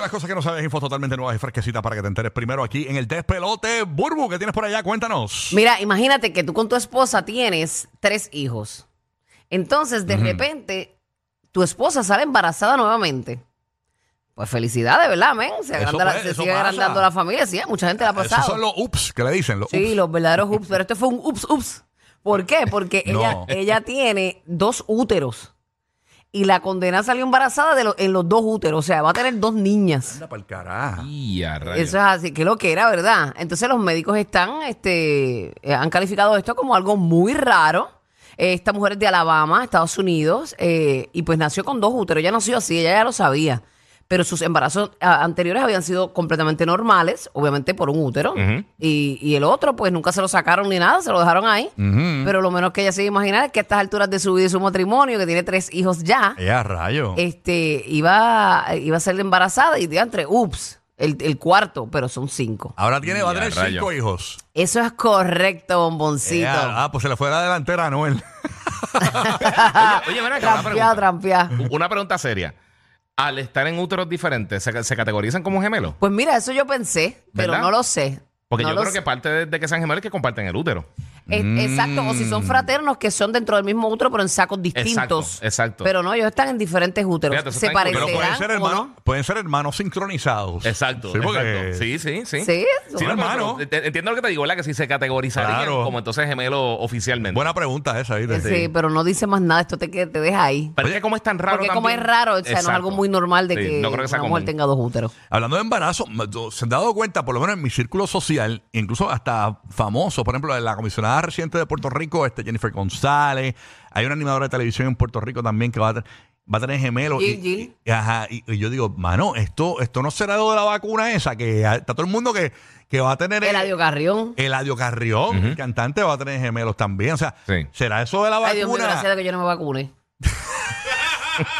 las cosas que no sabes, infos totalmente nuevas y fresquecitas para que te enteres primero aquí en el despelote. Burbu, ¿qué tienes por allá? Cuéntanos. Mira, imagínate que tú con tu esposa tienes tres hijos. Entonces, de repente, tu esposa sale embarazada nuevamente. Pues felicidades, ¿verdad, men? Se, agranda la- puede- se eso sigue pasa. Ah, agrandando la familia. Sí, a mucha gente la ha Esos pasado. son los ups que le dicen. Los Sí, ups. los verdaderos ups. Pero este fue un ups, ups. ¿Por qué? Porque ella, No. ella tiene dos úteros. Y la condena salió embarazada de lo- en los dos úteros. O sea, va a tener dos niñas. Anda pa'l carajo. Y a rayos. Eso es así, que lo que era, ¿verdad? Entonces los médicos están, este, eh, han calificado esto como algo muy raro. Eh, Esta mujer es de Alabama, Estados Unidos, eh, y pues nació con dos úteros. Ella nació así, ella ya lo sabía. Pero sus embarazos ah, anteriores habían sido completamente normales, obviamente por un útero. y, y el otro, pues nunca se lo sacaron ni nada, se lo dejaron ahí. Pero lo menos que ella se iba a imaginar es que a estas alturas de su vida y su matrimonio, que tiene tres hijos ya, Ella, Eh, rayo. este, iba, iba a ser embarazada y de entre, ups, el, el cuarto, pero son cinco. Ahora tiene, va a Ya, tener rayo. cinco hijos. Eso es correcto, Eh, bomboncito. Ella- ah, pues se le fue la delantera a Noel. Ah, Oye, oye, ven acá, una Trampeada, pregunta, trampeada. Una pregunta seria. Al estar en úteros diferentes, ¿se, se categorizan como gemelos? Pues mira, eso yo pensé, pero ¿Verdad? no lo sé. Porque No yo lo creo sé. que Mm. parte de, de que sean gemelos es que comparten el útero. Es- Exacto, o si son fraternos que son dentro del mismo útero, pero en sacos distintos. Exacto, exacto. Pero no, ellos están en diferentes úteros. Fíjate, eso Se está en Google. Pero parecerán. pueden ser, o hermanos, no? pueden ser hermanos sincronizados. Exacto, Sí, porque- exacto. Sí, sí, sí. Sí, Sí, no, hermano. pero- pero Entiendo lo que te digo, ¿verdad? Que si se categorizarían Claro. como entonces gemelos oficialmente. Buena pregunta esa, ¿viste? sí, pero no dice más nada, esto te, que- te deja ahí. pero es que como es tan raro Porque como es también- raro, o sea, no Exacto. es algo muy normal de Sí, que no creo que sea una mujer común. tenga dos úteros. Hablando de embarazo, m- yo- se han dado cuenta, por lo menos en mi círculo social, incluso hasta famosos, por ejemplo, la comisionada reciente de Puerto Rico, este Jennifer González, hay una animadora de televisión en Puerto Rico también que va a, te- va a tener gemelos. Gil, y, Gil. y- ajá, y, y yo digo, mano, esto, esto no será lo de la vacuna esa, que a- está todo el mundo que, que va a tener... El Carrión. Eladio Carrión, el cantante, va a tener gemelos también. O sea, Sí. ¿será eso de la Ay, Dios mío, vacuna? gracias a Dios que yo no me vacune.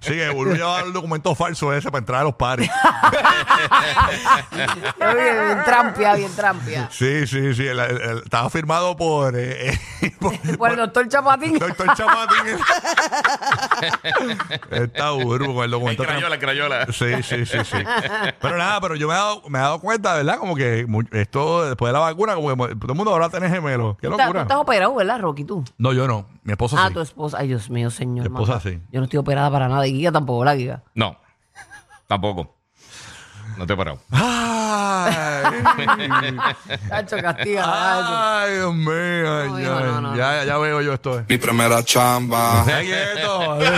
sí, que volvió a llevar el documento falso ese para entrar a los pares. Ay, bien trampia, bien trampia. Sí, sí, sí. el- el- el- estaba firmado por, eh, eh, por- Por el doctor Chapatín. Doctor Chapatín. Está burro con el El documento. crayola, el crayola. Sí, sí, sí, sí. Pero nada, pero yo me he dado, me he dado cuenta, ¿verdad? Como que mu- esto, después de la vacuna, como que mo- todo el mundo ahora tiene gemelos. Qué Tú estás- tú locura. estás operado, ¿verdad, Rocky? Tú. No, yo no. Mi esposa Ah, sí. tu esposa. Ay, Dios mío, señor. Mi esposa manda. sí. Yo no estoy operada para nada. Y guía tampoco, la guía. No, tampoco. No te he parado. Ay, Cacho, castiga. Ah, ay, Dios mío. Ah, No, ay, hijo, no, no, ya, ya veo yo esto. Mi primera chamba. Ay, quieto. Oye,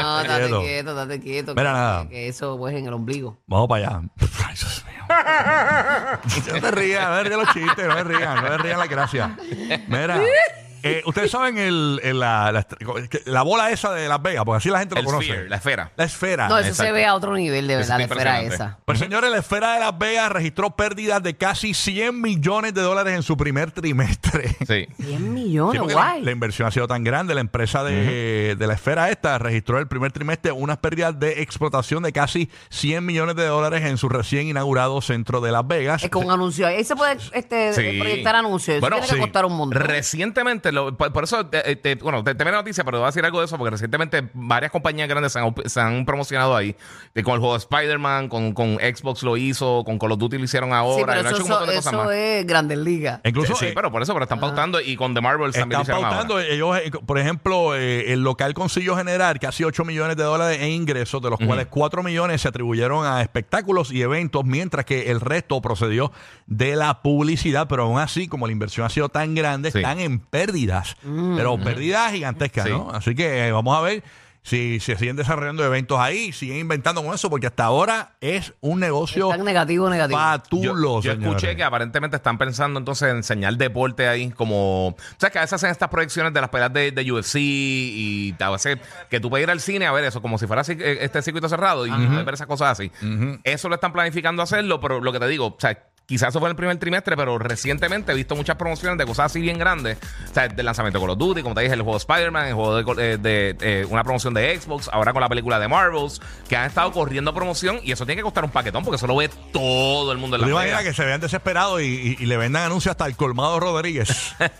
no, date Quieto. quieto, date quieto. Mira que- nada. Que eso, pues, en el ombligo. Vamos para allá. Ay, Dios mío. no te rías, no te rías los chistes, no te rías, no te rías la gracia. Mira, eh, ustedes saben el, el- la, la, la bola esa de Las Vegas, porque así la gente lo El conoce. sphere, la esfera. La esfera. No, eso se Ah, exacto. ve a otro nivel, de Eso verdad, la está esfera impresionante. esa. Pues señores, la esfera de Las Vegas registró pérdidas de casi 100 millones de dólares en su primer trimestre. Sí. 100 Sí, millones, porque la, guay. la inversión ha sido tan grande, la empresa de, de la esfera esta registró el primer trimestre unas pérdidas de explotación de casi 100 millones de dólares en su recién inaugurado centro de Las Vegas. Es con un anuncio. Ahí se puede este, Sí. proyectar anuncios. Eso Bueno, tiene sí. que costar un montón. Recientemente, lo- por, por eso, te- te- bueno, te, te ve la noticia, pero te voy a decir algo de eso, porque recientemente varias compañías grandes se han, op- se han promocionado ahí. Eh, con el juego de Spider-Man, con, con Xbox lo hizo, con Call of Duty lo hicieron ahora, sí, y pero han eso, hecho un montón de eso cosas más. es Grandes Ligas. Incluso sí, eh, pero por eso, pero están pautando y con The Marvels Pues también están lo hicieron pautando. ahora. Ellos, eh, por ejemplo, eh, el local consiguió generar casi 8 millones de dólares en ingresos, de los cuales 4 millones se atribuyeron a espectáculos y eventos, mientras que el resto procedió de la publicidad. Pero aún así, como la inversión ha sido tan grande, Sí. están en pérdidas, pero pérdidas gigantescas, Sí. ¿no? Así que eh, vamos a ver. Si se siguen desarrollando eventos ahí, siguen inventando con eso, porque hasta ahora es un negocio Están negativo, negativo. fatulo. Yo, yo escuché señores. que aparentemente están pensando entonces en enseñar deporte ahí, como. ¿Sabes que a veces hacen estas proyecciones de las peleas de, de UFC y a veces que tú puedes ir al cine a ver eso, como si fuera así, eh, este circuito cerrado y puedes ver esas cosas así. Eso lo están planificando hacerlo, pero lo que te digo, o sea. Quizás eso fue en el primer trimestre, pero recientemente he visto muchas promociones de cosas así bien grandes. O sea, del lanzamiento de Call of Duty, como te dije, el juego de Spider-Man, el juego de, Col- eh, de, eh, una promoción de Xbox, ahora con la película de Marvels, que han estado corriendo promoción y eso tiene que costar un paquetón porque eso lo ve todo el mundo en Tú la te pega. imaginas que se vean desesperados y, y- y le vendan anuncios hasta el colmado Rodríguez. Ahí,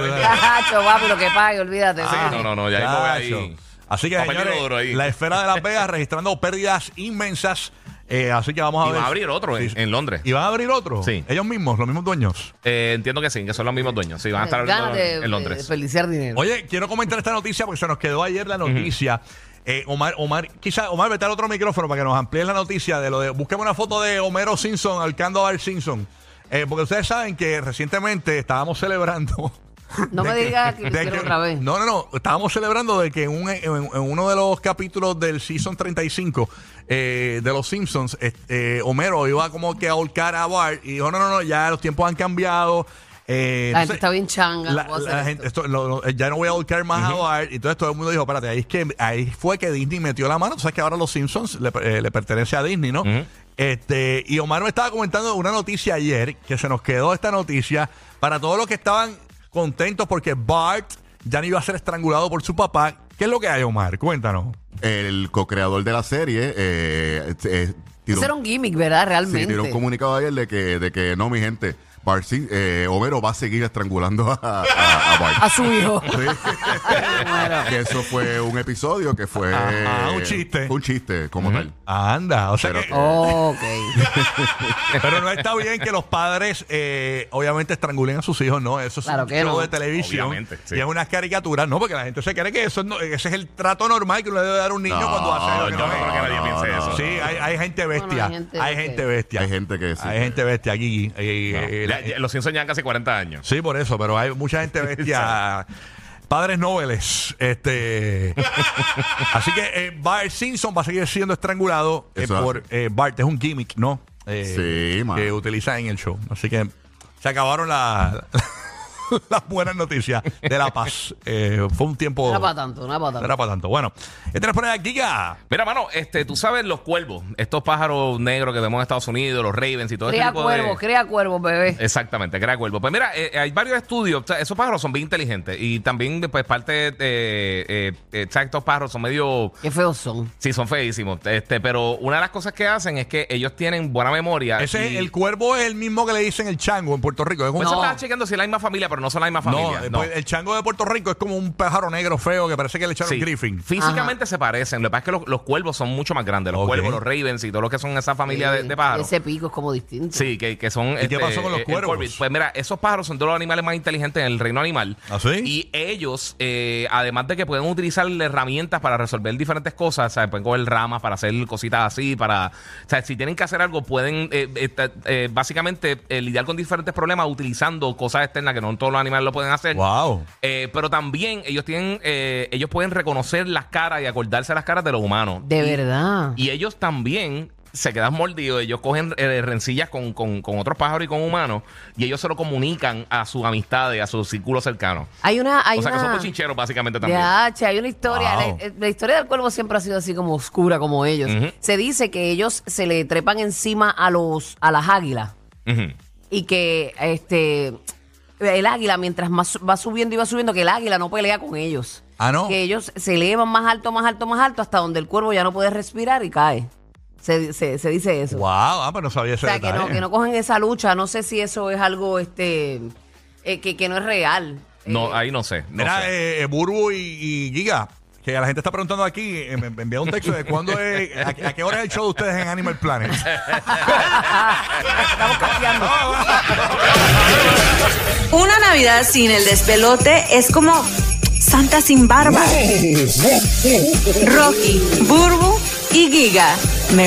¿verdad? Ah, Cacho, papi, lo que pague, olvídate. Sí, Ah, no, no, no, ya mismo voy ahí. Chacho. Así que, Papelito señores, duro ahí. la esfera de Las Vegas registrando pérdidas inmensas. Eh, así que vamos a Y ver. va a abrir otro en- en Londres. ¿Y van a abrir otro? Sí. Ellos mismos, los mismos dueños. Eh, entiendo que sí, que son los mismos dueños. Sí, van a estar Ganas hablando de, en de Londres. desperdiciar dinero. Oye, quiero comentar esta noticia porque se nos quedó ayer la noticia. Eh, Omar, Omar, quizá Omar, vete al otro micrófono para que nos amplíes la noticia de lo de. Búsqueme una foto de Homero Simpson ahorcando a Bart Simpson. Eh, porque ustedes saben que recientemente estábamos celebrando. No de me digas que lo de hicieron otra vez. No, no, no. Estábamos celebrando de que en, un- en- en uno de los capítulos del Season 35 eh, de Los Simpsons, eh, eh, Homero iba como que a ahorcar a Bart y dijo: No, no, no, ya los tiempos han cambiado. eh, la entonces- gente está bien changa. la- no puedo la hacer gente- esto. esto, lo- lo- ya no voy a volcar más a Bart. Entonces todo el mundo dijo, espérate, ahí, es que, ahí fue que Disney metió la mano. Tú sabes que ahora los Simpsons le, per- eh, le pertenece a Disney, ¿no? este Y Omar me estaba comentando una noticia ayer, que se nos quedó esta noticia, para todos los que estaban contentos porque Bart ya no iba a ser estrangulado por su papá. ¿Qué es lo que hay, Omar? Cuéntanos. el co-creador de la serie eh, eh, tiró, Ese era un gimmick, ¿verdad? sí, Realmente. tiró un comunicado ayer de que, de que no, mi gente, Bart Sim- eh, Homero va a seguir estrangulando a, a- a Bart. a su hijo. Sí. Ah, Que eso fue un episodio que fue Ajá, un chiste. un chiste como tal. Anda, o sea Pero que- Oh, ok. Pero no está bien que los padres, eh, obviamente, estrangulen a sus hijos, ¿no? Eso es Claro un que show no. de televisión. Obviamente, sí. Y es una caricatura, ¿no? Porque la gente se cree que eso no- ese es el trato normal que uno le debe dar a un niño cuando hace algo que yo no, no es. creo que nadie piense eso. Sí, hay, hay gente bestia. hay gente hay que- gente bestia. Hay gente que sí. Hay gente bestia aquí. eh, eh, Ya- la- ya- los Simpsons ya casi 40 años. Sí, por eso, pero hay mucha gente bestia. Padres noveles. Este. Así que eh, Bart Simpson va a seguir siendo estrangulado eh, Eso por eh, Bart. Es un gimmick, ¿no? Eh, Sí, man. Que utiliza en el show. Así que se acabaron la- las buenas noticias de La Paz. Eh, fue un tiempo. No era para tanto, no era para no tanto. era para tanto. Bueno, este es por allá, Giga. Mira, mano, este, tú sabes los cuervos, estos pájaros negros que vemos en Estados Unidos, los Ravens y todo Crea este tipo de- Eh, cuervos, crea cuervos, bebé. Exactamente, crea cuervo. Pues mira, eh, hay varios estudios. o sea, esos pájaros son bien inteligentes. Y también, pues, parte de. Eh, eh, eh, o sea, estos pájaros son medio. Qué feos son. Sí, son feísimos. Este, pero una de las cosas que hacen es que ellos tienen buena memoria. Ese y- es el cuervo es el mismo que le dicen el chango en Puerto Rico. Es un- Pues No. eso estaba chequeando si es la misma familia, pero no son la misma No, familia. eh, no. pues, el chango de Puerto Rico es como un pájaro negro feo que parece que le echaron Sí. Griffin. Físicamente se parecen. Lo que pasa es que los, los cuervos son mucho más grandes. Los Ok. cuervos, los ravens y todos los que son esa familia de, de Y pájaros. Ese pico es como distinto. Sí, que, que son. qué pasó con los eh, cuervos? corvid. Pues mira, esos pájaros son de los animales más inteligentes en el reino animal. ¿Ah, sí? Y ellos, eh, además de que pueden utilizar herramientas para resolver diferentes cosas, ¿sabes? pueden coger ramas para hacer cositas así, para. O sea, si tienen que hacer algo, pueden eh, esta- eh, básicamente eh, lidiar con diferentes problemas utilizando cosas externas que no todos los animales lo pueden hacer. Wow. Eh, pero también ellos tienen, eh, ellos pueden reconocer las caras y acordarse las caras de los humanos. De Y- verdad. y ellos también se quedan mordidos. Ellos cogen eh, rencillas con, con- con otros pájaros y con humanos. Y ellos se lo comunican a sus amistades, a su círculo cercano. hay una, hay o sea que son una. cochincheros, básicamente también. Ya, che, hay una historia. Wow. La, eh, la historia del cuervo siempre ha sido así como oscura, como ellos. Ujú. Se dice que ellos se le trepan encima a los, a las águilas. Ujú. y que este el águila mientras más va subiendo y va subiendo que el águila no pelea con ellos. Ah, ¿no? Que ellos se elevan más alto, más alto, más alto hasta donde el cuervo ya no puede respirar y cae. Se, se- se dice eso. Wow, ah, pero no sabía o ese sea, que no, detalle. que no cogen esa lucha. No sé si eso es algo este eh, que, que no es real. No, Eh, ahí no sé. no Mira, sé. eh, eh, Burbu y, y Giga, que la gente está preguntando aquí, eh, me me envió un texto de cuándo es, a, a qué hora es el show de ustedes en Animal Planet. Estamos cambiando. Una Navidad sin el despelote es como Santa sin barba. Rocky, Burbu y Giga. Merry